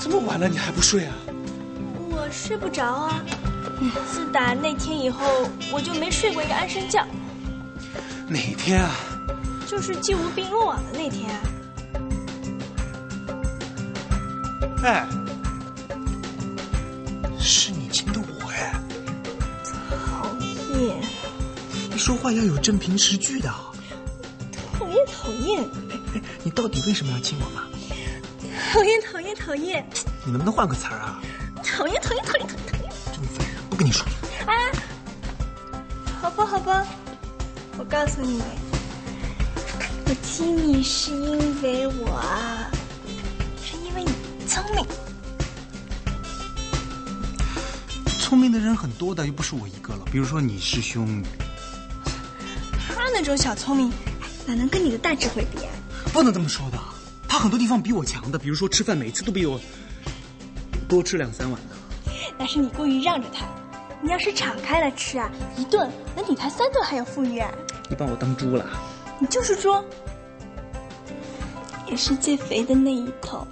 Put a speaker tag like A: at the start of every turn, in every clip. A: 这么晚了你还不睡啊？
B: 我睡不着啊，自打那天以后，我就没睡过一个安生觉，
A: 哪天啊？
B: 就是既无病入网的那天啊。
A: 哎，是你亲的我哎，
B: 讨厌，
A: 你说话要有正凭实据的。啊
B: 讨厌，讨厌，
A: 哎，你到底为什么要亲我嘛？
B: 讨厌，讨厌，讨厌，
A: 你能不能换个词儿啊？
B: 讨厌，讨厌，讨厌，讨厌，讨厌！
A: 真烦人！不跟你说了，
B: 啊，好吧，好吧，我告诉你，我亲你是因为我啊，是因为你聪明。
A: 聪明的人很多的，又不是我一个了。比如说你师兄，
B: 他那种小聪明，哎哪能跟你的大智慧比啊？
A: 不能这么说的。他很多地方比我强的，比如说吃饭每次都比我多吃两三碗的。
B: 那是你故意让着他。你要是敞开了吃啊，一顿能比他三顿还要富裕啊！
A: 你把我当猪了？
B: 你就是猪，也是最肥的那一头。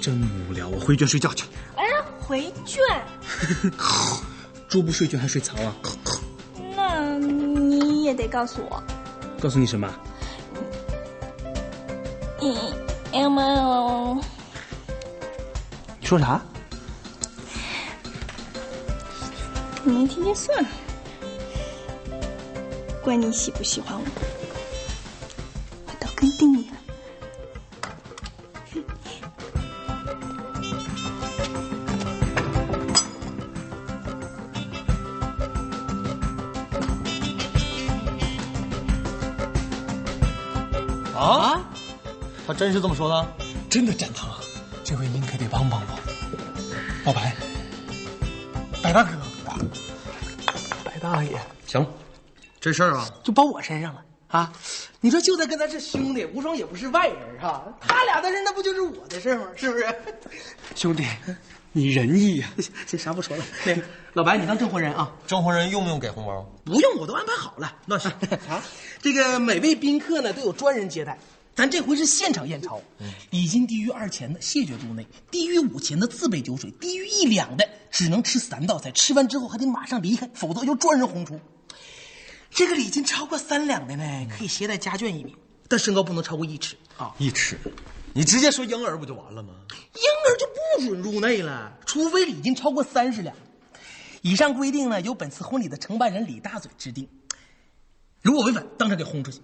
A: 真无聊，我回卷睡觉去。
B: 哎呀，回卷，
A: 猪不睡卷还睡槽啊？
B: 那你也得告诉我。
A: 告诉你什么？
B: 嗯，哎呀妈呀！
A: 你说啥？
B: 你没听见算了，管你喜不喜欢我，我都跟定你了。
C: 啊？他真是这么说的？
A: 真的战堂啊！这回您可得帮帮我，老白，白大哥，白大爷，
C: 行，这事儿啊，
D: 就包我身上了啊！你说就算跟咱是兄弟，无双也不是外人哈、他俩的事那不就是我的事吗？是 不是？
A: 兄弟，你仁义啊呀、
D: 这啥不说了，那个老白，你当证婚人啊，
C: 证婚人用不用给红包？
D: 不用我都安排好了。
C: 那行
D: 啊，这个每位宾客呢都有专人接待，咱这回是现场验钞，礼金低于二钱的谢绝ตู้内，低于五钱的自备酒水，低于一两的只能吃三道菜，吃完之后还得马上离开，否则由专人轰出。这个礼金超过三两的呢，可以携带家眷一名，但身高不能超过一尺啊。
C: 一尺，你直接说婴儿不就完了吗？
D: 婴儿就不准入内了，除非礼金超过三十两。以上规定呢，由本次婚礼的承办人李大嘴制定。如果违反，当场给轰出去。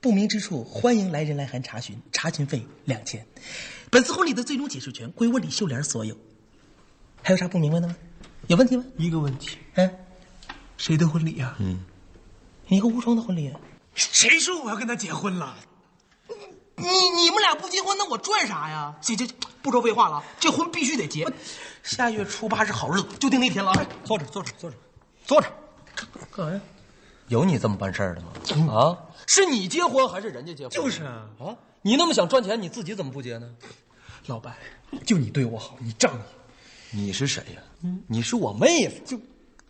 D: 不明之处，欢迎来人来函查询，查询费两千。本次婚礼的最终解释权归我李秀莲所有。还有啥不明白的吗？有问题吗？
A: 一个问题，嗯
D: 嗯，
A: 谁的婚礼呀、
D: 啊你个无双的婚礼，啊
A: 谁说我要跟他结婚了？
D: 你你们俩不结婚，那我赚啥呀？这这不说废话了，这婚必须得结。下月初八是好日子，就定那天了啊！
C: 坐着，坐着，坐着，坐着。
D: 干啥呀？
C: 有你这么办事儿的吗？啊，是你结婚还是人家结婚？
A: 就是啊，
C: 啊，你那么想赚钱，你自己怎么不结呢？
A: 老白，就你对我好，你仗义。
C: 你是谁呀、嗯你是我妹夫，就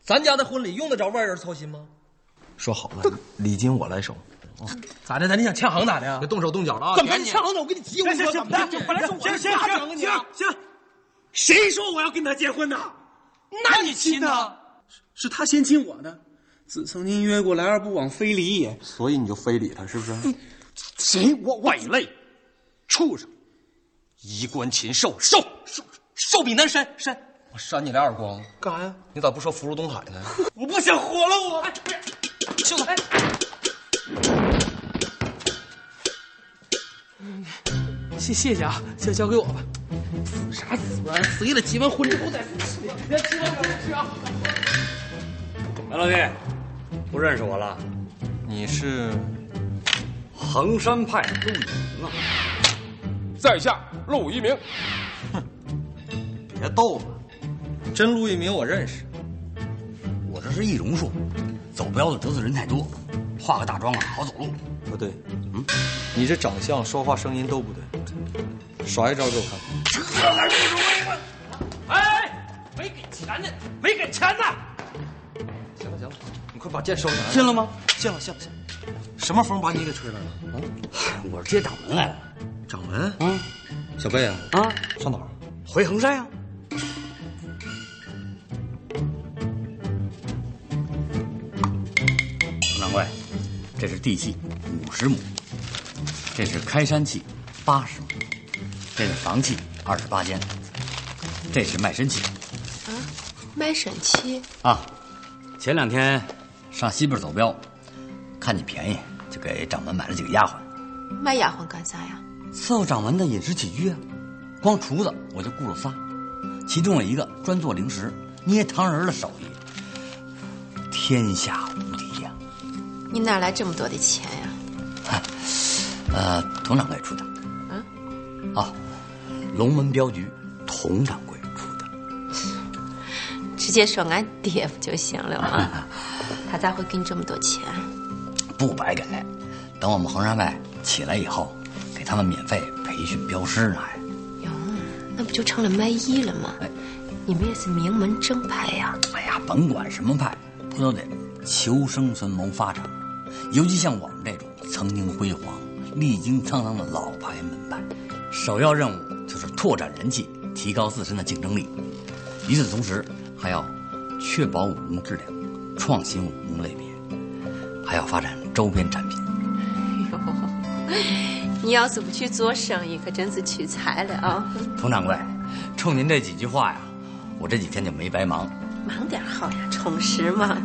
C: 咱家的婚礼用得着外人操心吗？说好了，礼金我来收，
D: 咋的？咱你想呛行咋的呀
C: 别？动手动脚的啊！
D: 怎么你呛行的？我跟你急，我跟你说怎么的？本来是我
A: 行行
D: 大强啊
A: 行
D: 你
A: 行
D: 啊，
A: 行， 谁说我要跟他结婚的？
D: 那你亲呢？
A: 是他先亲我的。子曾经约过，来而不往非礼也。
C: 所以你就非礼他是不是？
A: 谁我外类，畜生，衣冠禽兽，兽兽兽比南山山。
C: 我扇你俩耳光！
A: 干啥呀？
C: 你咋不说福如东海呢？
A: 我不想活了，我。
C: 秀才，
D: 谢谢谢啊，交交给我吧。啥死玩意儿？死给了结完婚之后再吃，别吃完再吃啊！
E: 安老弟，不认识我了？
C: 你是
E: 衡山派陆羽啊！
F: 在下陆一鸣，
C: 别逗了，真陆一鸣我认识。
G: 我这是易容术，走镖的得罪人太多，化个大妆啊，好走路。
C: 不对，嗯，你这长相、说话、声音都不对，耍一招给我看看。
E: 哎，没给钱呢，没给钱呢！
C: 行了行了，你快把剑收起来。
D: 信了吗？
C: 信了信了信了。什么风把你给吹来了？
G: 我是接掌门来了，
C: 掌门，
G: 嗯，
C: 小贝啊，
H: 啊，
C: 上哪儿？
H: 回衡山呀、难怪，这是地气五十亩，这是开山气八十亩，这是房气二十八间，这是卖身契
I: 卖身契，
H: 啊。前两天上西边走镖，看你便宜，就给掌门买了几个丫鬟。
I: 卖丫鬟干啥呀？
H: 伺候掌门的饮食起居啊，光厨子我就雇了仨，其中有一个专做零食、捏糖人的手艺，天下无敌呀、
I: 你哪来这么多的钱呀？
H: 呃，佟掌柜出的。嗯。啊，龙门镖局佟掌柜出的。
I: 直接说俺爹不就行了吗？他咋会给你这么多钱？
H: 不白给。等我们衡山派起来以后，给他们免费培训镖师呢。还
I: 哟，那不就成了卖艺了吗？你们也是名门正派呀！
H: 哎呀，甭管什么派，不都得求生存、谋发展？尤其像我们这种曾经辉煌、历经沧桑的老牌门派，首要任务就是拓展人气，提高自身的竞争力。与此同时，还要确保武功质量，创新武功类别，还要发展周边产品。
I: 哟，你要是不去做生意，可真是屈才了啊！
H: 佟掌柜，冲您这几句话呀，我这几天就没白忙。
I: 忙点好呀，充实嘛。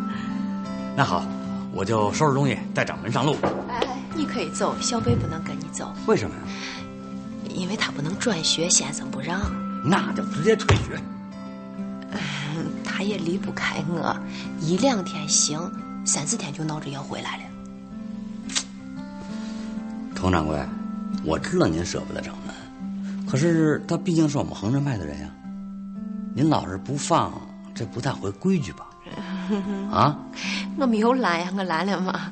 H: 那好，我就收拾东西，带掌门上路。
I: 哎，你可以走，小贝不能跟你走，
H: 为什么呀？
I: 因为他不能转学，先生不让。
H: 那就直接退学。
I: 他也离不开我，一两天行，三四天就闹着要回来了。
H: 佟掌柜，我知道您舍不得掌门，可是他毕竟是我们衡山派的人呀、您老是不放，这不太合规矩吧？啊，
I: 我没有拦呀，我拦了吗？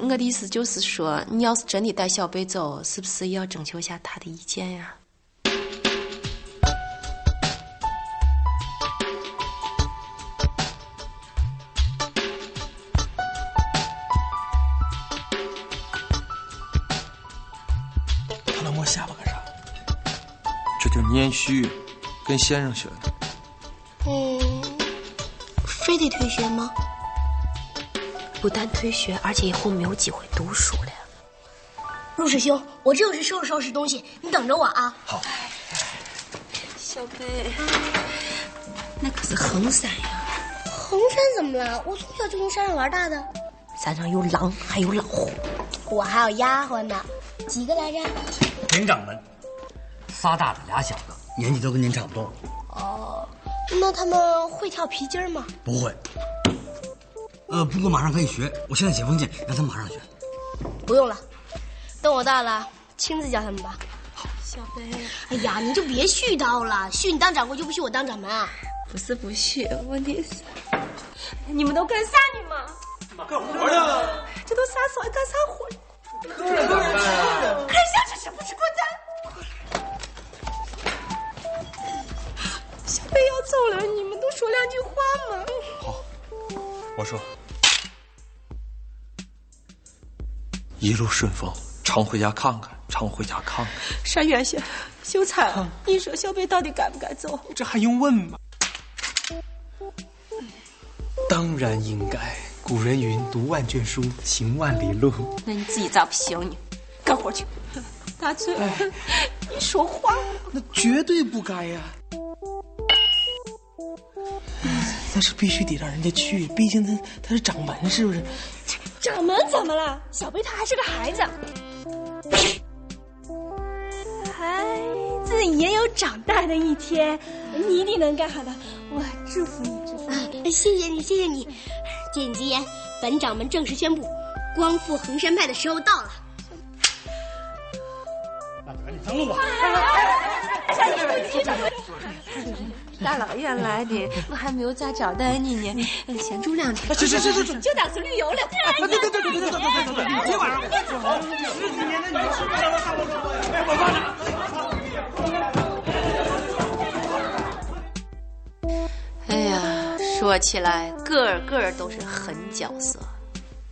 I: 我的意思就是说，你要是真的带小贝走，是不是也要征求一下他的意见呀？
D: 他那摸下巴干啥？
C: 这就蔫虚，跟先生学的。
J: 嗯，非得退学吗？
I: 不但退学，而且以后没有机会读书了。
J: 陆师兄，我这又是收拾收拾东西，你等着我啊。
I: 小贝，那可是衡山呀，
J: 衡山怎么了？我从小就跟山上玩大的，
I: 山上有狼，还有老虎。
J: 我还有丫鬟呢，几个来着？
H: 您掌门，仨大的俩小的，年纪都跟您差不多，
J: 那他们会跳皮筋儿吗？
H: 不会。呃，不过马上可以学，我现在写封信让他马上学。
J: 不用了，等我大了亲自教他们吧。
I: 小贝，
J: 哎呀，你就别絮叨了，絮你当掌柜就不许我当掌门啊？
I: 不是不许，问题是你们都干啥呢嘛？干活的。这都啥时候干啥活？客人，客人，看下这是不是滚蛋？小贝要走了，你们多说两句话嘛。
C: 我说，一路顺风，常回家看看，常回家看看。
I: 啥原先，秀才，你说小贝到底该不该走？
D: 这还用问吗？当然应该。古人云：“读万卷书，行万里路。
I: 那你自己咋不行呢？干活去，大嘴，你说话。”
D: 那绝对不该呀、那是必须得让人家去，毕竟他他是掌门，是不是？
J: 掌门怎么了？小贝他还是个孩子，孩子也有长大的一天，你一定能干好的，我祝福你，祝福你。啊谢谢你，谢谢你。谨吉言，本掌门正式宣布，光复衡山派的时候到了。
I: 大老远来的，我还没有咋招待你呢，先住两天。
D: 是是是是是，
I: 就当是旅游了。
D: 对对对对对对对对对，今晚上。
I: 哎呀，说起来，个个都是狠角色，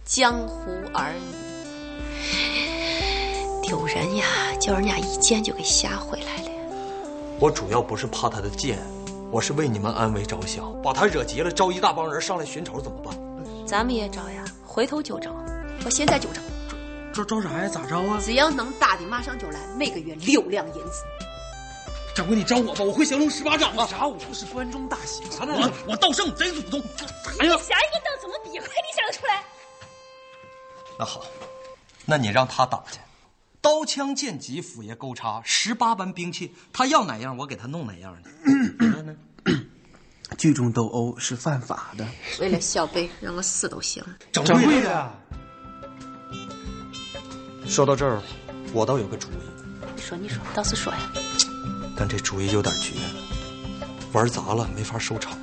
I: 江湖儿女，丢人呀，叫人家一见就给吓回来了。
C: 我主要不是怕他的贱，我是为你们安危着想。把他惹急了，招一大帮人上来寻仇怎么办？
I: 咱们也找呀，回头就找，我现在就找，
D: 招招啥呀？咋招啊？
I: 只要能打的马上就来，每个月六两银子。
D: 掌柜，你招我吧，我会降龙十八掌啊！
K: 啥？我是关中大侠呢。
D: 我我道圣贼祖宗。
L: 哎呀，想一个道怎么比？快，你想得出来？
C: 那好，那你让他打去。刀枪剑戟斧钺钩叉，十八般兵器，他要哪样我给他弄哪样的。
D: 剧中斗殴是犯法的。
I: 为了小贝，让我死都行。
C: 掌
E: 掌柜的，
C: 说到这儿，我倒有个主意，
I: 你说，你说，倒是说呀。
C: 但这主意有点绝，玩砸了没法收场。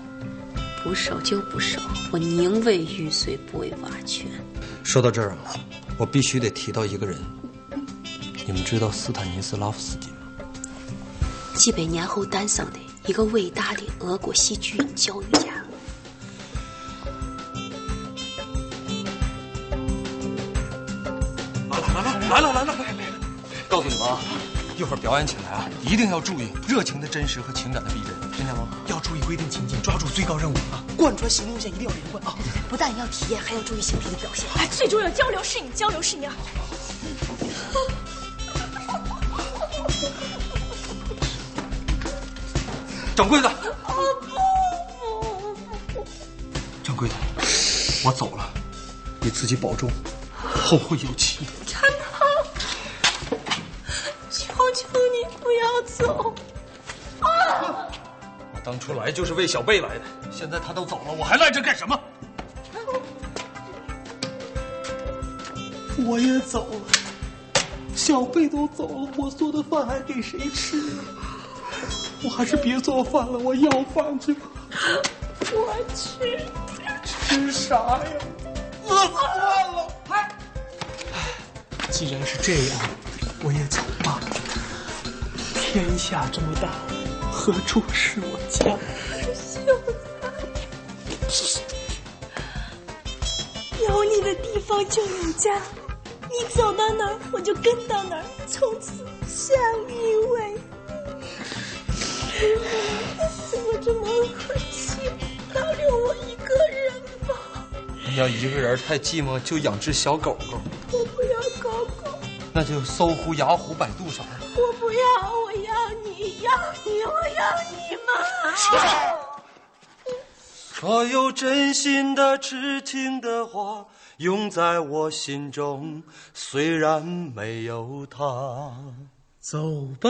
I: 不收就不收，我宁为玉碎不为瓦全。
C: 说到这儿啊，我必须得提到一个人，你们知道斯坦尼斯拉夫斯基吗？
I: 几百年后诞生的一个伟大的俄国戏剧教育家。
C: 来了来了，告诉你们啊，一会儿表演起来啊，一定要注意热情的真实和情感的逼真，听见吗？
E: 要注意规定情境，抓住最高任务啊！
D: 贯穿行动线一定要连贯啊！
I: 不但要体验，还要注意形体的表现。
L: 哎，最重要，交流是你，交流是你啊！
C: 掌柜的，
L: 哦
C: 掌柜的，我走了，你自己保重，后会有期。
L: 求求你不要走！
C: 我当初来就是为小贝来的，现在他都走了，我还赖这干什么？
E: 我也走了，小贝都走了，我做的饭还给谁吃啊？我还是别做饭了，我要饭去吧。
L: 我去，
E: 吃啥呀？饿死我了！哎，既然是这样，我也走吧。天下这么大，何处是我家？
L: 有你的地方就有家，你走到哪儿我就跟到哪儿，从此相依为命。哎怎么这么晦气？都留我一个人吧，
C: 你要哎一个人太寂寞，就养只小狗狗，
L: 我不要狗狗，
C: 那就搜狐、雅虎、百度啥的。
L: 我不要，我要你，要你，我要你嘛！
C: 所有真心的、痴情的话，永在我心中。虽然没有他，
D: 走吧，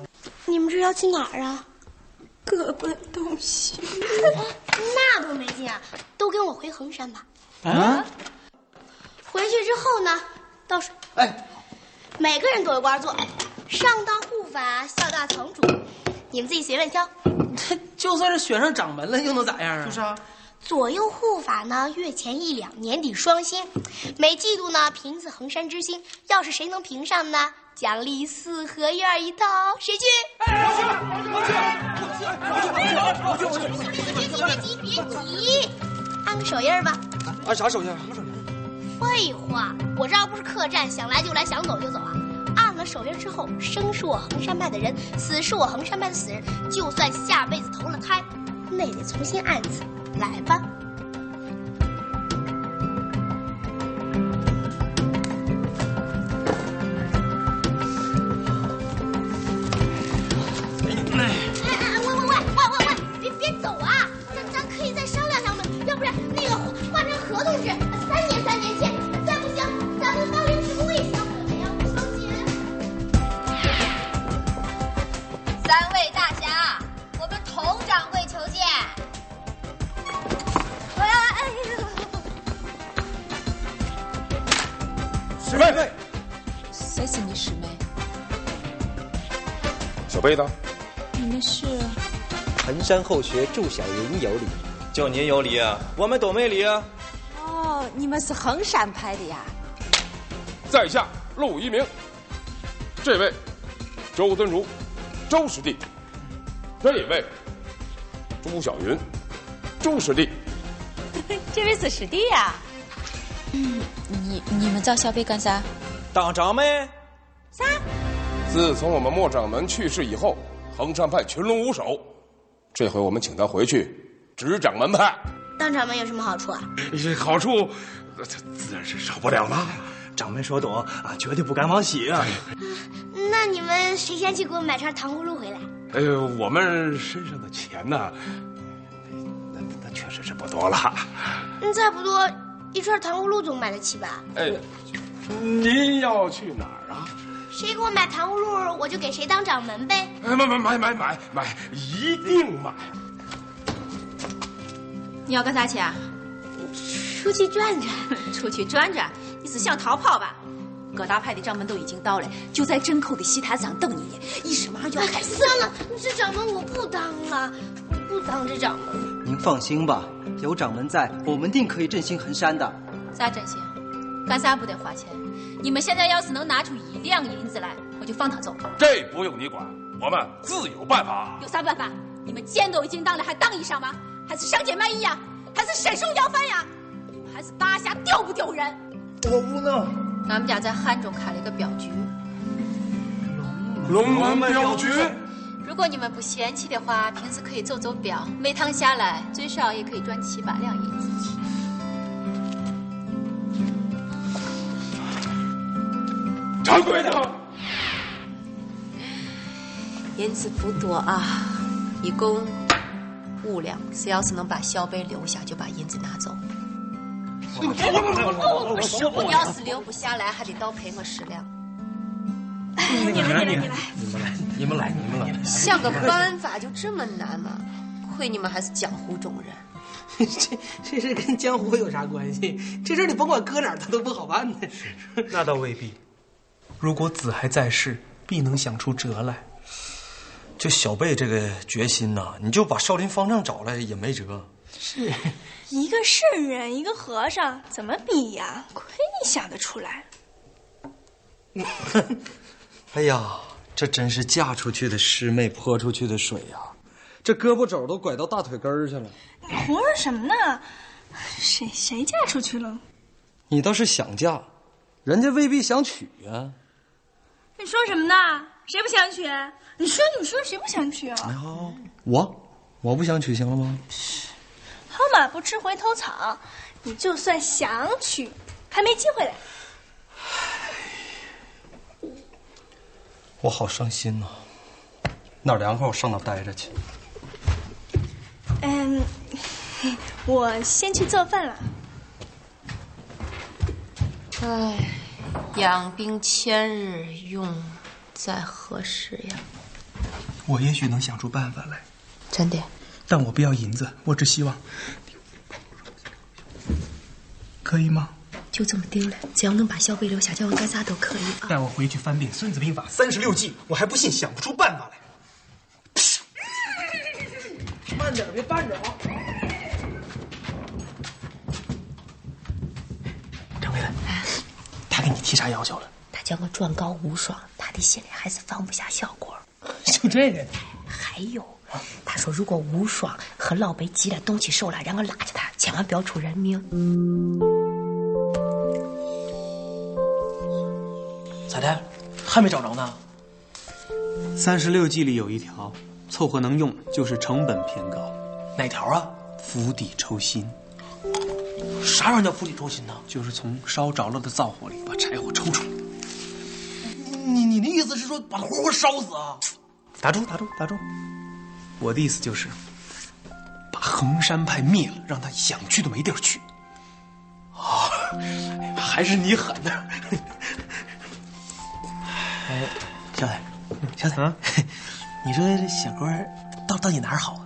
L: 你们这要去哪儿啊？各奔东西。
J: 那多没劲啊！都跟我回衡山吧。
E: 啊！
J: 回去之后呢，到时
D: 哎，
J: 每个人都有官做，
B: 哎
J: 上当护法，下大堂主，你们自己随便挑。
D: 就算是选上掌门了，又能咋样啊？就是啊，
J: 左右护法呢，月前一两，年底双薪，每季度呢评次衡山之星，要是谁能评上呢，奖励四合院一套，谁去？别急，别急，别急，按个手印儿吧。
C: 按啥手印？什么手印？
J: 废话，我这要不是客栈，想来就来，想走就走啊！按了手印之后，生是我衡山派的人，死是我衡山派的死人。就算下辈子投了胎，那也得重新按一次。来吧，哎哎哎，喂喂喂喂喂喂，别别走啊！咱咱可以再商量商量，要不然那个换成合同制，三年三年签，再不行，咱们帮临时工也行。哎呀，不收钱。
M: 三位大侠，我们佟掌柜求见。哎呀，哎呀，
F: 师妹，
I: 谁是你师妹？
F: 小贝呢？
N: 你们是？
A: 衡山后学祝小云有礼，
C: 就您有理啊？我们都没理啊！
N: 哦，你们是衡山派的呀？
F: 在下陆一鸣，这位周敦如，周师弟，这位朱小云，朱师弟，
N: 这位是师弟呀。
O: 嗯，你你们找小贝干啥？
C: 当掌门。
N: 啥？
F: 自从我们莫掌门去世以后，衡山派群龙无首。这回我们请他回去执掌门派。呃
J: 当掌门有什么好处啊？
P: 好处，自然是少不了了。
C: 掌门说懂啊，绝对不敢往喜
A: 哎
C: 啊。
J: 那你们谁先去给我买串糖葫芦回来？
F: 呃
P: 哎呦，我们身上的钱呢、啊？那那确实是不多了。
J: 再不多，一串糖葫芦总买得起吧？
F: 哎，您要去哪儿啊？
J: 谁给我买糖葫芦，我就给谁当掌门呗。
F: 哎买买买买买买，一定买！
N: 你要干啥去啊？
J: 出去转转。
N: 出去转转？你是想逃跑吧？各大派的掌门都已经到了，就在镇口的戏坛上等你呢。仪式马上就要开始。
J: 哎算了，这掌门我不当了，我不当这掌门。
A: 您放心吧，有掌门在，我们定可以振兴衡山的。
N: 咋振兴？干啥不得花钱？你们现在要是能拿出一两银子来，我就放他走。
F: 这不用你管，我们自有办法。
N: 有啥办法？你们剑都已经当了，还当衣裳吗？还是上街卖艺呀？还是伸手要饭呀？还是八下丢不丢人？
A: 我无能。
N: 俺们家在汉中开了一个镖局，
F: 龙门镖局。
O: 如果你们不嫌弃的话，平时可以走走镖，每趟下来最少也可以赚七八两银子。
F: 掌柜的，
I: 银子不多啊，一共五两。谁要是能把小贝留下，就把银子拿走。
N: 我
I: 要是留不下来，还得倒赔我十两。
N: 你们你们
H: 你们来，你们来，
I: 想个办法就这么难吗？亏你们还是江湖中人。
D: 这这事跟江湖有啥关系？这事你甭管搁哪儿，他都不好办呢。
A: 那倒未必。如果子还在世，必能想出辙来。
C: 这小贝这个决心呐、啊，你就把少林方丈找来也没辙。
D: 是，
B: 一个圣人，一个和尚，怎么比呀？亏你想得出来！
C: 哎呀，这真是嫁出去的师妹泼出去的水呀、啊！这胳膊肘都拐到大腿根儿去了。
B: 你胡说什么呢？谁谁嫁出去了？
C: 你倒是想嫁，人家未必想娶啊。
B: 你说什么呢？谁不想娶？你说，你说谁不想娶啊？
C: 哦、我，我不想娶，行了吗？
B: 好马不吃回头草，你就算想娶，还没机会嘞。
C: 我好伤心呐、啊，哪凉快我上哪待着去。
B: 嗯， 我先去做饭了。
I: 唉。养兵千日，用在何时呀？
A: 我也许能想出办法来，
I: 真的。
A: 但我不要银子，我只希望，可以吗？
I: 就这么定了，只要能把小贝留下，叫我干啥都可以啊！
A: 带我回去翻遍《孙子兵法》三十六计，我还不信想不出办法
D: 来。慢点，别绊着啊！掌柜的。他给你提啥要求了？
I: 他叫我转告无双，他的心里还是放不下小 郭。
D: 就这个？
I: 还有，他说如果无双和老白急了动起手来，让我拉着他，千万不要出人命。
D: 咋的？还没找着呢？
A: 三十六计里有一条，凑合能用，就是成本偏高。
D: 哪条啊？
A: 釜底抽薪。
D: 啥玩意叫釜底抽薪呢？
A: 就是从烧着了的灶火里把柴火抽出来。
D: 你你的意思是说把活活烧死啊？
A: 打住打住打住！我的意思就是，把衡山派灭了，让他想去都没地儿去。
D: 啊、哦，还是你狠呐！哎，小彩，小彩， 啊、你说这小郭到到底哪儿好啊？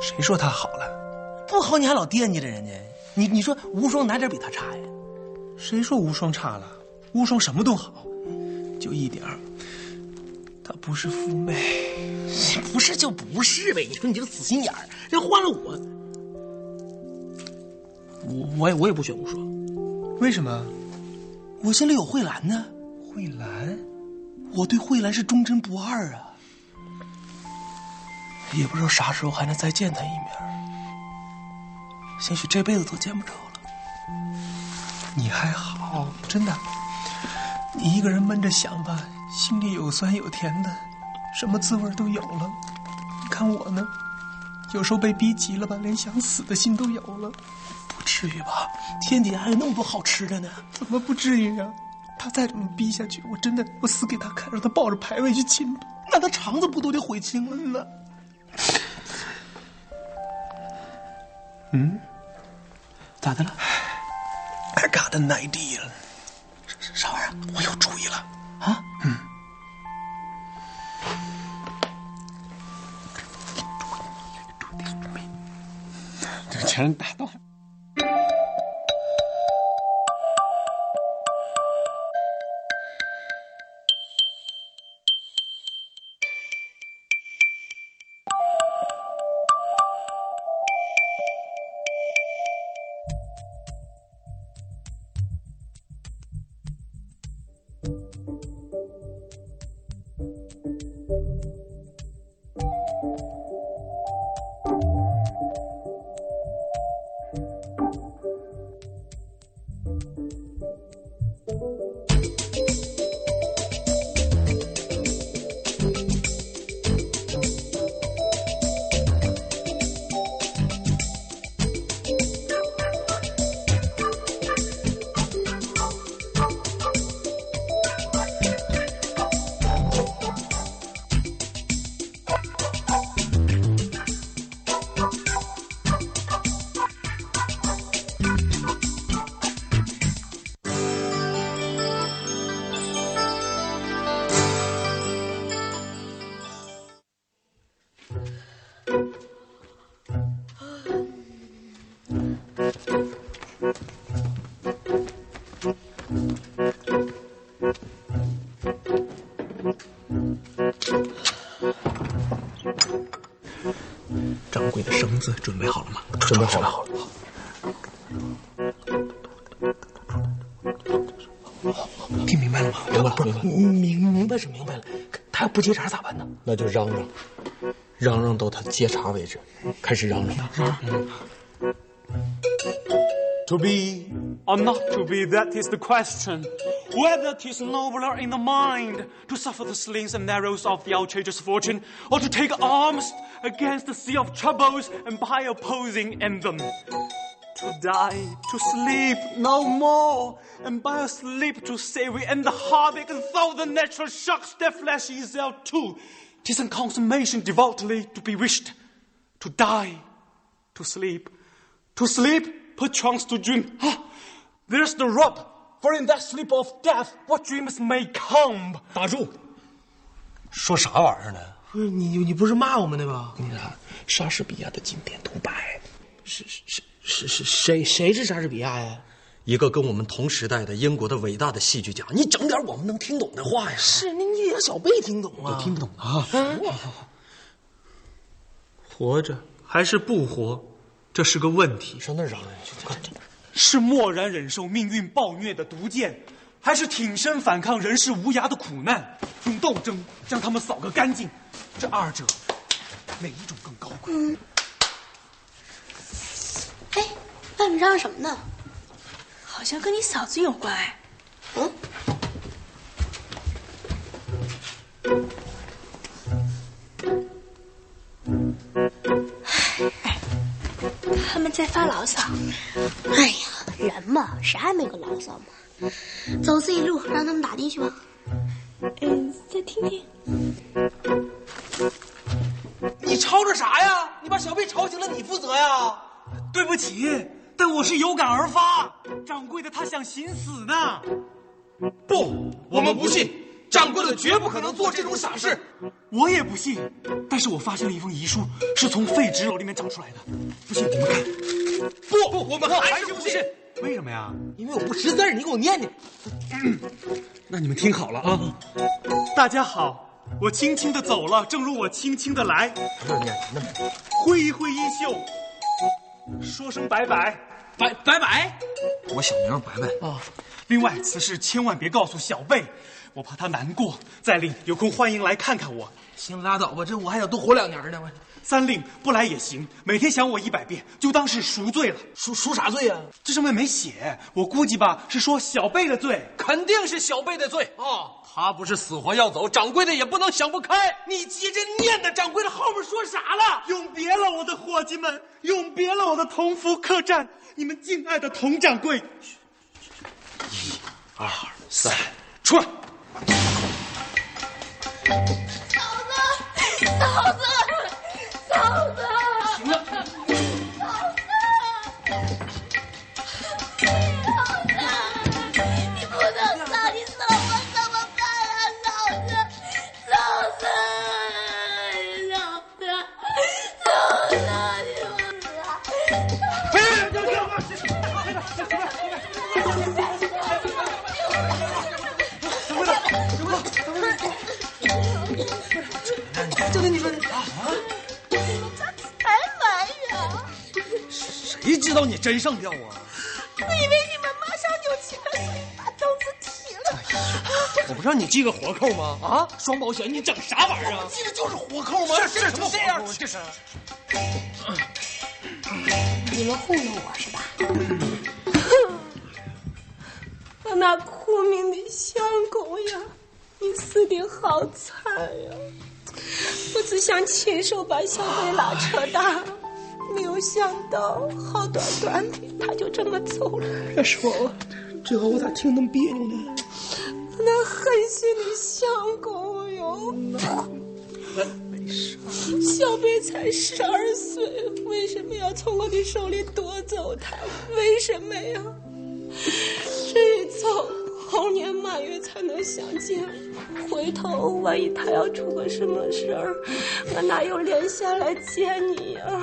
A: 谁说他好了？
D: 不好你还老惦记着人家。你你说无双哪点比他差呀？
A: 谁说无双差了？无双什么都好，就一点儿，她不是夫妹，
D: 不是就不是呗。你说你这个死心眼儿，这换了我，我我也我也不选无双。
A: 为什么？
D: 我心里有慧兰呢，
A: 慧兰，
D: 我对慧兰是忠贞不二啊。
A: 也不知道啥时候还能再见她一面，兴许这辈子都见不着了。你还好，真的，你一个人闷着想吧，心里有酸有甜的，什么滋味都有了。你看我呢，有时候被逼急了吧，连想死的心都有了。
D: 不至于吧？天底下还有那么多好吃的呢，
A: 怎么不至于啊？他再这么逼下去，我真的我死给他看，让他抱着牌位去亲吧。
D: 那他肠子不都得悔青了呢？
A: 嗯，
D: 咋的了
A: ？I got an idea 了。
D: 啥玩意儿？我有主意了啊！
A: 嗯。
C: 这前人打断。
D: 掌柜的绳子准备好了吗？
C: 准备好了。好了。
D: 听明白了吗？嗯
C: 明白了，明白了。
D: 明明白是明白了，他要不接茬咋办呢？
C: 那就嚷嚷，嚷嚷到他接茬为止。开始嚷嚷。
D: 啊
C: 嗯。
E: To be or not to be, that is the question. Whether 'tis nobler in the mind to suffer the slings and arrows of the outrageous fortune, or to take arms against the sea of troubles and by opposing end them. To die, to sleep no more, and by a sleep to savour and the heartache and though the natural shocks their flesh is out too. 'Tis in consummation devoutly to be wished, to die, to sleep, to sleep perchance to dream. Ah, there's the rub, for in that sleep of death, what dreams may come.
C: 打住！说啥玩意儿呢？
D: 不是你，你不是骂我们对吧？
C: 我跟你讲，莎士比亚的经典独白，
D: 是是是是谁谁是莎士比亚呀？
C: 一个跟我们同时代的英国的伟大的戏剧家，你整点我们能听懂的话呀！
D: 是，你你得让小贝听懂啊！
C: 我听不懂啊！
A: 活着还是不活？这是个问题。
C: 上那嚷嚷去！
E: 是默然忍受命运暴虐的毒箭，还是挺身反抗人世无涯的苦难，用斗争将他们扫个干净？这二者，哪一种更高贵？嗯。
B: 哎，外面嚷嚷什么呢？好像跟你嫂子有关哎。嗯。哎他们在发牢骚。
J: 哎呀，人嘛，谁还没个牢骚嘛？走自己路，让他们打的去吧。
B: 嗯，再听听。
D: 你吵吵啥呀？你把小贝吵醒了，你负责呀？
E: 对不起，但我是有感而发。掌柜的他想寻死呢。
C: 不，我们不信。掌柜的绝不可能做这种傻事，
E: 我也不信。但是我发现了一封遗书，是从废纸篓里面找出来的。不信你们看，
C: 不不，我们还是不信。
E: 为什么呀？
D: 因为我不识字你给我念念、
E: 嗯。那你们听好了啊！大家好，我轻轻的走了，正如我轻轻的来。挥一挥衣袖，说声拜拜，拜拜拜。
C: 我小名白白
E: 啊。另外，此事千万别告诉小贝，我怕他难过。再令有空欢迎来看看我。
D: 行，拉倒吧，这我还想多活两年呢。我
E: 三令不来也行，每天想我一百遍，就当是赎罪了。
D: 赎赎啥罪呀、啊？
E: 这上面没写，我估计吧是说小贝的罪，
C: 肯定是小贝的罪啊、哦。他不是死活要走，掌柜的也不能想不开。
D: 你接着念的，掌柜的后面说啥了？
E: 永别了，我的伙计们，永别了，我的同福客栈，你们敬爱的佟掌柜。
C: 一、二、三，
E: 出来！
J: 嫂子，嫂子，嫂子，
D: 行了，
J: 嫂子，你不能走，你走我怎么办啊？嫂子，嫂子，嫂子，嫂子，你不能走。
D: 就跟你说的
J: 啊！才玩呀！
C: 谁知道你真上吊啊？
J: 我以为你们马上就去了，所以把刀子提了。
C: 我不让你系个活扣吗？啊，
D: 双保险你整啥玩意儿啊？
C: 系的就是活扣吗？
D: 这是什么这
A: 啊
D: 样？这是。
L: 你们糊弄我是吧？哼！我那苦命的相公呀，你死的好惨呀！我只想亲手把小贝拉扯大，没有想到好端端的他就这么走了。
D: 别说了，最后我咋听那么别扭呢？
L: 那狠心的相公哟！小贝才十二岁，为什么要从我的手里夺走他？为什么呀？这一走，猴年马月才能相见。回头万一他要出个什么事儿，我哪有脸下来见你呀、啊？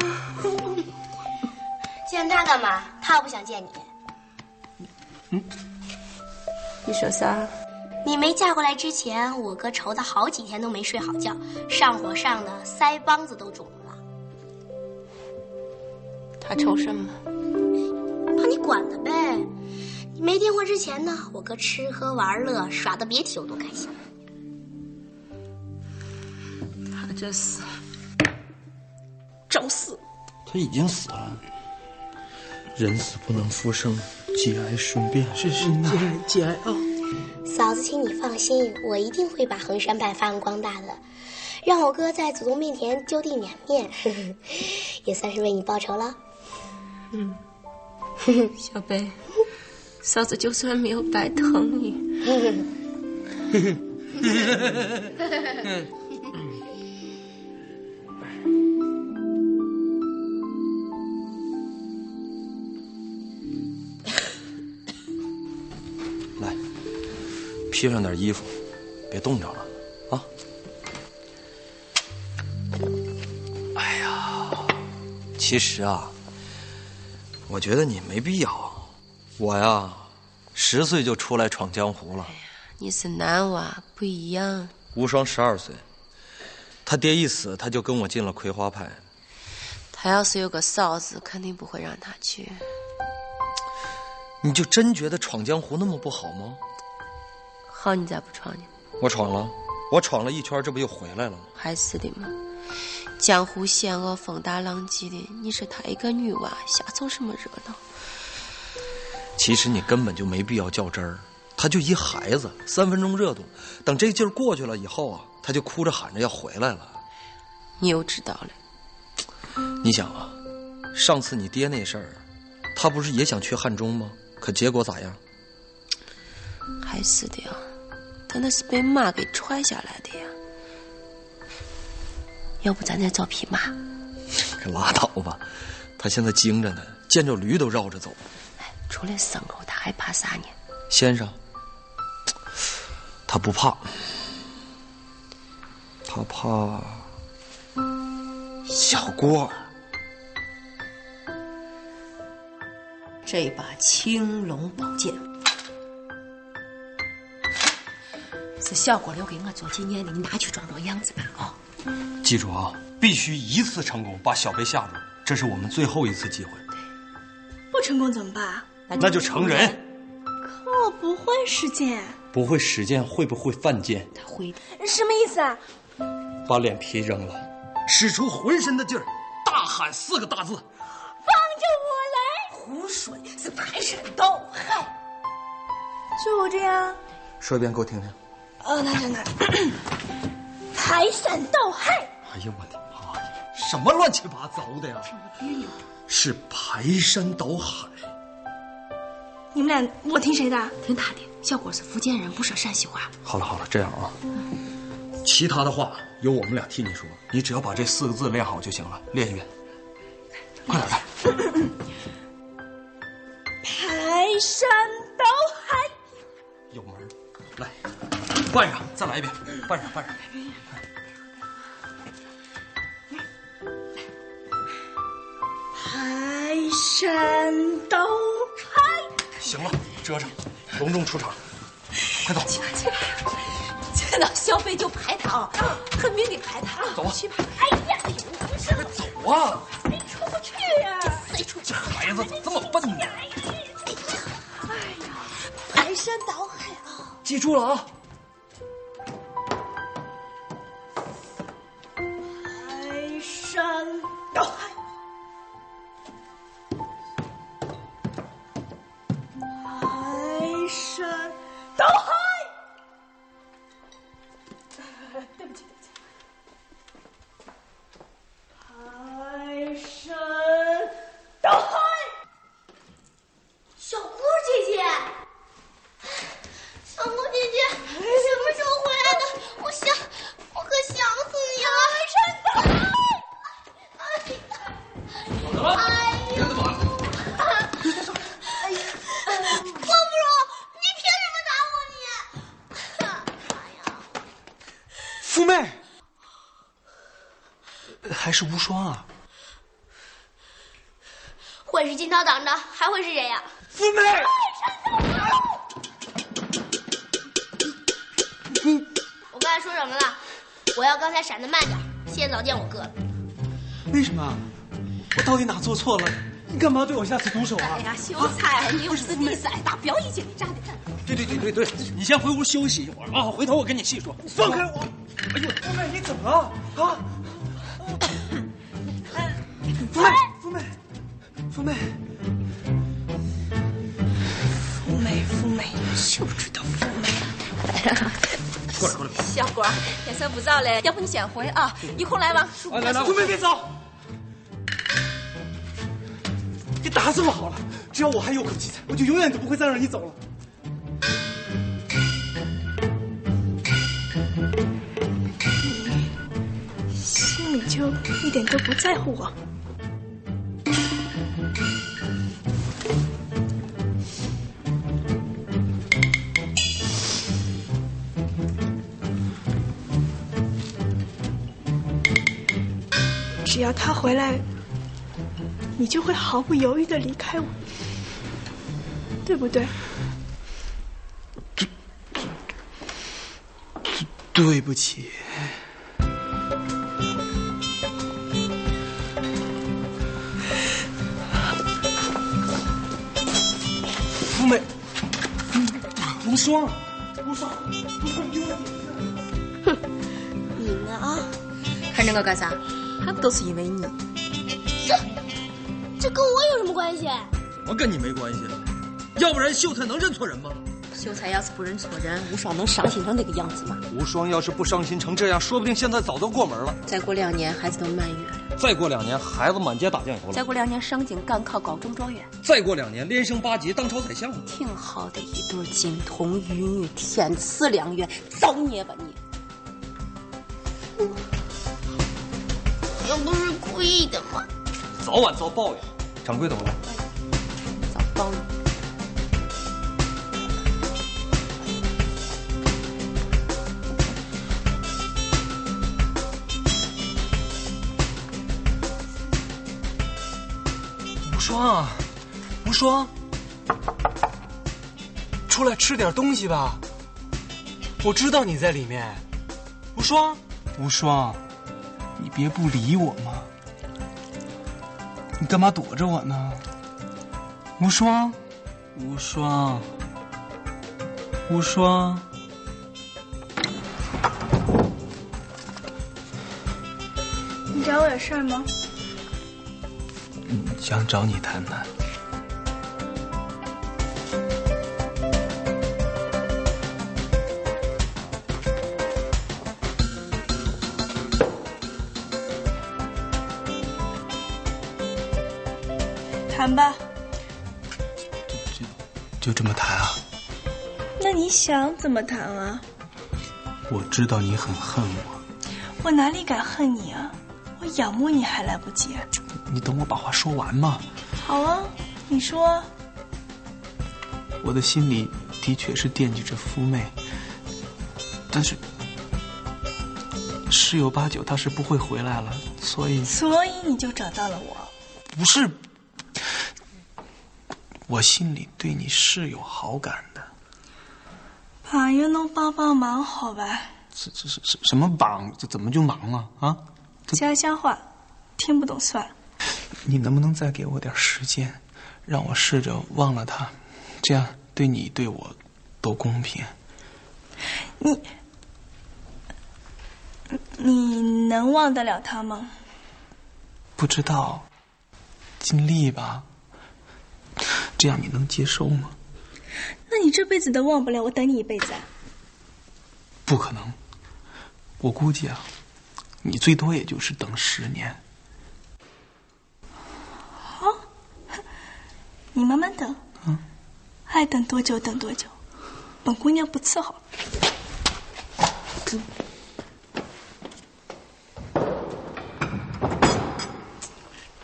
J: 见他干嘛？他不想见你。
L: 嗯？你说啥？
J: 你没嫁过来之前，我哥愁的好几天都没睡好觉，上火上的腮帮子都肿了。
I: 他愁什么？
J: 怕你管他呗。你没电话之前呢，我哥吃喝玩乐耍的别提有多开心。
I: 他这是找死！
C: 他已经死了。人死不能复生，节哀顺变。
D: 是是，节哀节哀啊！
J: 嫂子，请你放心，我一定会把衡山派发扬光大的，让我哥在祖宗面前丢地两面， 也算是为你报仇了。
I: 嗯，小贝，嫂子就算没有白疼你。
C: 披上点衣服，别冻着了，啊！哎呀，其实啊，我觉得你没必要。我呀，十岁就出来闯江湖了。哎、
I: 你是男娃，不一样。
C: 无双十二岁，他爹一死，他就跟我进了葵花派。
I: 他要是有个嫂子，肯定不会让他去。
C: 你就真觉得闯江湖那么不好吗？
I: 好，你咋不闯呢？
C: 我闯了，我闯了一圈，这不又回来了吗？
I: 还是的嘛，江湖险恶，风大浪急的。你说她一个女娃，瞎凑什么热闹？
C: 其实你根本就没必要较真儿，她就一孩子，三分钟热度。等这劲儿过去了以后啊，她就哭着喊着要回来了。
I: 你又知道了？
C: 你想啊，上次你爹那事儿，他不是也想去汉中吗？可结果咋样？
I: 还是的呀。他那是被马给踹下来的呀，要不咱再找匹马？
C: 可拉倒吧，他现在精着呢，见着驴都绕着走。
I: 哎，除了牲口，他还怕啥呢？
C: 先生，他不怕，他怕小郭。
Q: 这把青龙宝剑。
I: 是效果留给我做纪念，你拿去装装样子吧。哦，
C: 记住啊，必须一次成功把小贝吓住，这是我们最后一次机会。
B: 不成功怎么办啊？
C: 那就成人。
B: 可
L: 哦
B: 我不会实践。
C: 不会实践会不会犯贱？
I: 他会的。
B: 什么意思啊？
C: 把脸皮扔了，
D: 使出浑身的劲儿，大喊四个大字：“
B: 放
N: 着我来！”湖水是排山倒海。
B: 就我这样。
C: 说一遍给我听听。
B: 哦，那就那，排山倒海。
C: 哎呀，我的妈呀！
D: 什么乱七八糟的呀？
I: 什么别扭？
D: 是排山倒海。
B: 你们俩，我听谁的？
I: 听他的。效果是福建人，不说陕西话。
C: 好了好了，这样啊，
D: 嗯、其他的话由我们俩替你说，
C: 你只要把这四个字练好就行了。练一遍，快点来。
B: 排山倒海。
C: 有门来，换上，再来一遍，换上，换上。
B: 排山倒海。
C: 行了，遮上，隆重出场，快走！
I: 去吧去吧，见到消费就排他啊，狠命的排他。
C: 走吧，
I: 去吧。
B: 哎呀，哎
C: 呦，快走啊！
B: 没出不去呀！
I: 谁出？
C: 这孩子怎么这么笨呢？
B: 哎呀，排山倒海啊！
C: 记住了啊！
B: 排山倒海，排山倒海。对不起，对不起。排山倒海，
J: 小郭姐姐。小郭姐姐，你什么时候回来的？我想，我可想死你了！哎
C: 怎么了？哎呀，
J: 哎呀，郭芙蓉，你凭什么打我你？哎呀，
A: 福妹，还是无双啊！
J: 会是金涛挡着，还会是谁呀、啊？
A: 福妹。
J: 我刚才说什么了？我要刚才闪的慢点，现在早见我哥了。
A: 为什么？啊我到底哪做错了？你干嘛对我下此毒手啊？
I: 哎呀，秀才，你又是第三打表演你站的
A: 对对对对对，你先回屋休息一会儿啊，回头我跟你细说。
D: 放开我！哎呦，
A: 妹，你怎么了？啊！
I: 哎
D: 福妹，
A: 福妹，福妹，
I: 福妹，福妹，就知道福妹。
D: 过来过来，
I: 小郭，天色不早了，要不你先回啊，有空来往。
A: 哦来来来，姑妹别走，你打死我好了，只要我还有口气，我就永远都不会再让你走了。
B: 你心里就一点都不在乎我。只要他回来，你就会毫不犹豫的离开我，对不对？
A: 对，对不起。福美，无双，无双，无双，你
B: 哼，你们啊，
I: 看着我干啥？还不都是因为你？
J: 这这跟我有什么关系？
D: 什么跟你没关系？要不然秀才能认错人吗？
I: 秀才要是不认错人，无双能伤心成那个样子吗？
C: 无双要是不伤心成这样，说不定现在早都过门了。
I: 再过两年，孩子都满月了。
C: 再过两年，孩子满街打酱油了。
I: 再过两年，上京赶考高中状元。
C: 再过两年，连升八级，当朝宰相。
I: 挺好的一对金童玉女，天赐良缘，造孽吧你！
J: 嗯又不是故意的嘛！
C: 早晚遭报应。掌柜怎么了？
I: 遭报应。
A: 无双啊，无双，出来吃点东西吧。
E: 我知道你在里面。无双，
A: 无双，啊你别不理我嘛！你干嘛躲着我呢？啊无双，无双，无双。
B: 你找我有事儿吗？
A: 想找你谈谈。
B: 谈吧。
A: 就就这么谈啊？
B: 那你想怎么谈啊？
A: 我知道你很恨我。
B: 我哪里敢恨你啊？我仰慕你还来不及、啊。
A: 你等我把话说完嘛。
B: 好啊，你说。
A: 我的心里的确是惦记着夫妹，但是十有八九她是不会回来了，所以。
B: 所以你就找到了我。
A: 不是，我心里对你是有好感的。
B: 朋友能帮帮忙好吧？
A: 这这是什什么帮？这怎么就忙了啊？
B: 家乡话，听不懂算了。
A: 你能不能再给我点时间，让我试着忘了他，这样对你对我都公平。
B: 你，你能忘得了他吗？
A: 不知道，尽力吧。这样你能接受吗？
B: 那你这辈子都忘不了，我等你一辈子、啊。
A: 不可能，我估计啊，你最多也就是等十年。
B: 你慢慢等，嗯，爱等多久等多久，本姑娘不伺候。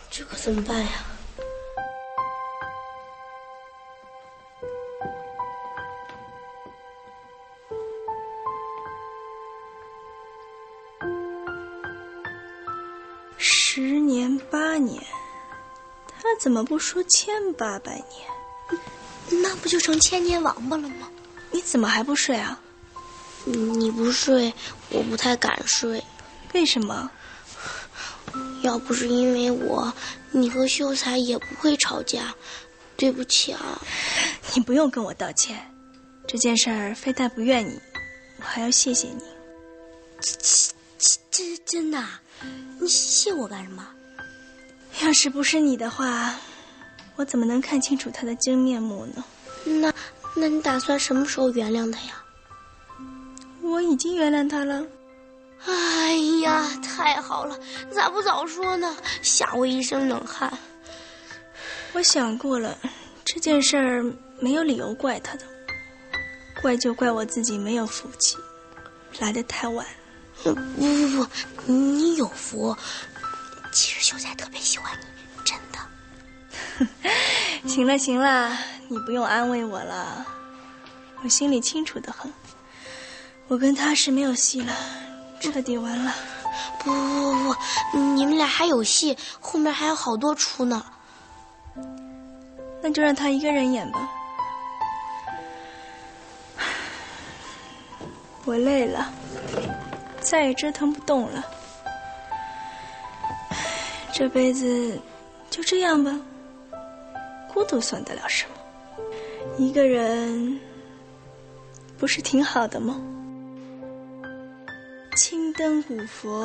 R: 这可怎么办呀？
B: 十年八年。那怎么不说千八百
R: 年？那不就成千年王八了吗？
B: 你怎么还不睡啊？
R: 嗯你不睡，我不太敢睡。
B: 为什么？
R: 要不是因为我，你和秀才也不会吵架。对不起啊！
B: 你不用跟我道歉，这件事儿非但不怨你，我还要谢谢你。
R: 这这真的？啊你谢我干什么？
B: 要是不是你的话，我怎么能看清楚他的真面目呢？
R: 那，那你打算什么时候原谅他呀？
B: 我已经原谅他了。
R: 哎呀，太好了！咋不早说呢？吓我一身冷汗。
B: 我想过了，这件事儿没有理由怪他的，怪就怪我自己没有福气，来的太晚。
R: 不不不，你有福。其实秀才特别喜欢你，真
B: 的。行了行了，你不用安慰我了，我心里清楚的很。我跟他是没有戏了，彻底完了。
R: 不不不不，你们俩还有戏，后面还有好多出呢。
B: 那就让他一个人演吧。 我累了，再也折腾不动了。这辈子就这样吧，孤独算得了什么？一个人不是挺好的吗？青灯古佛，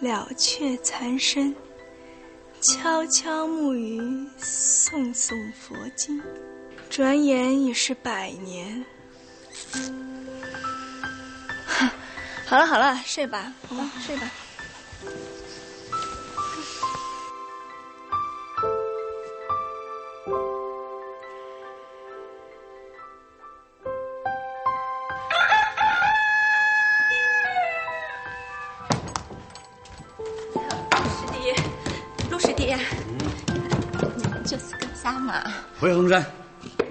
B: 了却残生；悄悄木鱼，诵诵佛经。转眼已是百年。 好了好了，睡吧，好吧，睡吧。
H: 回衡山，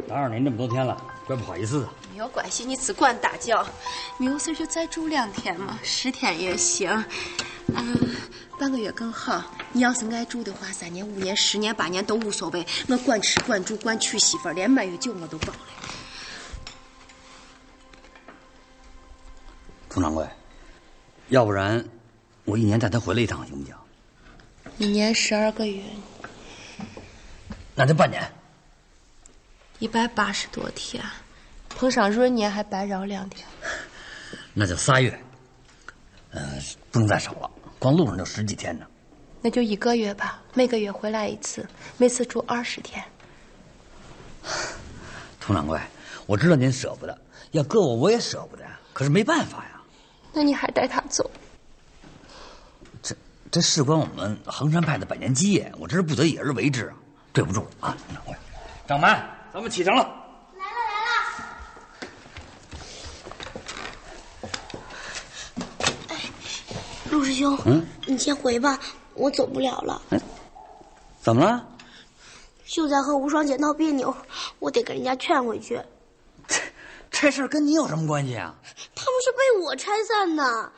H: 打扰您这么多天了，真不好意思啊。
I: 没有关系，你只管打搅，明岁就再住两天嘛，十天也行，嗯，半个月更好。你要是爱住的话，三年、五年、十年、八年都无所谓。我管吃管住管娶媳妇，连满月酒我都包了。
H: 佟掌柜，要不然我一年带他回来一趟行不行？
I: 一年十二个月，
H: 那就半年。
I: 一百八十多天，碰上闰年还白饶两天。
H: 那就仨月，呃，不能再少了，光路上就十几天呢。
I: 那就一个月吧，每个月回来一次，每次住二十天。
H: 佟掌柜，我知道您舍不得，要搁我我也舍不得，可是没办法呀。
I: 那你还带他走？
H: 这这事关我们衡山派的百年基业，我这是不得已而为之啊，对不住啊，佟掌柜。
S: 掌门，咱们启程了。
J: 陆师兄，
H: 嗯，
J: 你先回吧，我走不了了。
H: 怎么了？
J: 秀才和无双姐闹别扭，我得给人家劝回去。
H: 这事儿跟你有什么关系啊？
J: 他们是被我拆散的。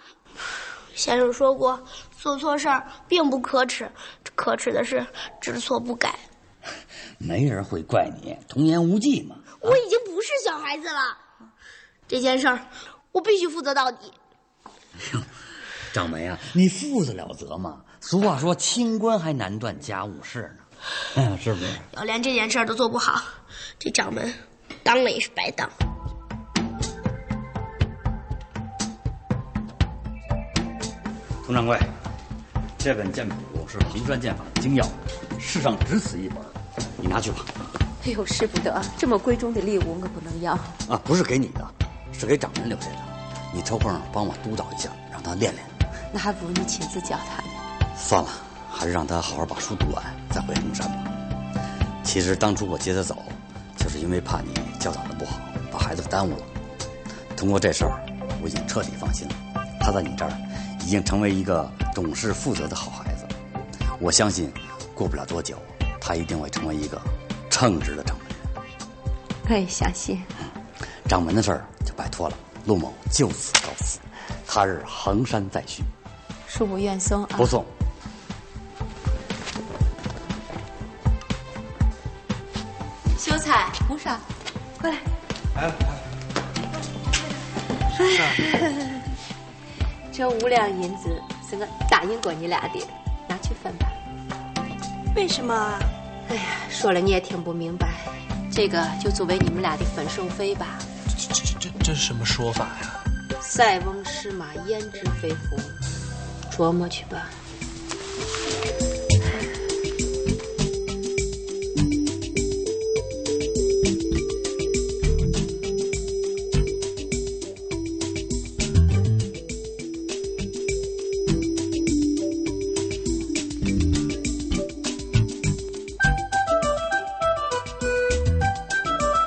J: 先生说过，做错事儿并不可耻，可耻的是知错不改。
H: 没人会怪你，童言无忌嘛。
J: 我已经不是小孩子了，这件事儿我必须负责到底。
H: 掌门啊，你负得了责吗？俗话说，清官还难断家务事呢，哎， 是不是？
J: 要连这件事儿都做不好，这掌门当了也是白当。
H: 佟掌柜，这本剑谱是平川剑法的精要，世上只此一本，你拿去吧。
N: 哎呦，使不得，这么贵重的礼物我不能要。
H: 啊，不是给你的，是给掌门留下的。你抽空帮我督导一下，让他练练。
N: 那还不如你亲自教他呢。
H: 算了，还是让他好好把书读完，再回衡山吧。其实当初我接他走，就是因为怕你教导的不好，把孩子耽误了。通过这事儿，我已经彻底放心了。他在你这儿已经成为一个懂事负责的好孩子。我相信，过不了多久，他一定会成为一个称职的掌门。
N: 我
I: 哎
N: 也相信。
H: 掌门的事儿就拜托了，陆某就此告辞。他日衡山再续，
N: 恕不愿松啊！
H: 不送。
N: 秀才，红裳，过来。
P: 来了，
N: 这五两银子是我答应过你俩的，拿去分吧。
T: 为什么啊？
N: 哎呀，说了你也听不明白，这个就作为你们俩的分手费吧。
A: 这这这这是什么说法呀？
N: 塞翁失马，焉知非福，琢磨去吧。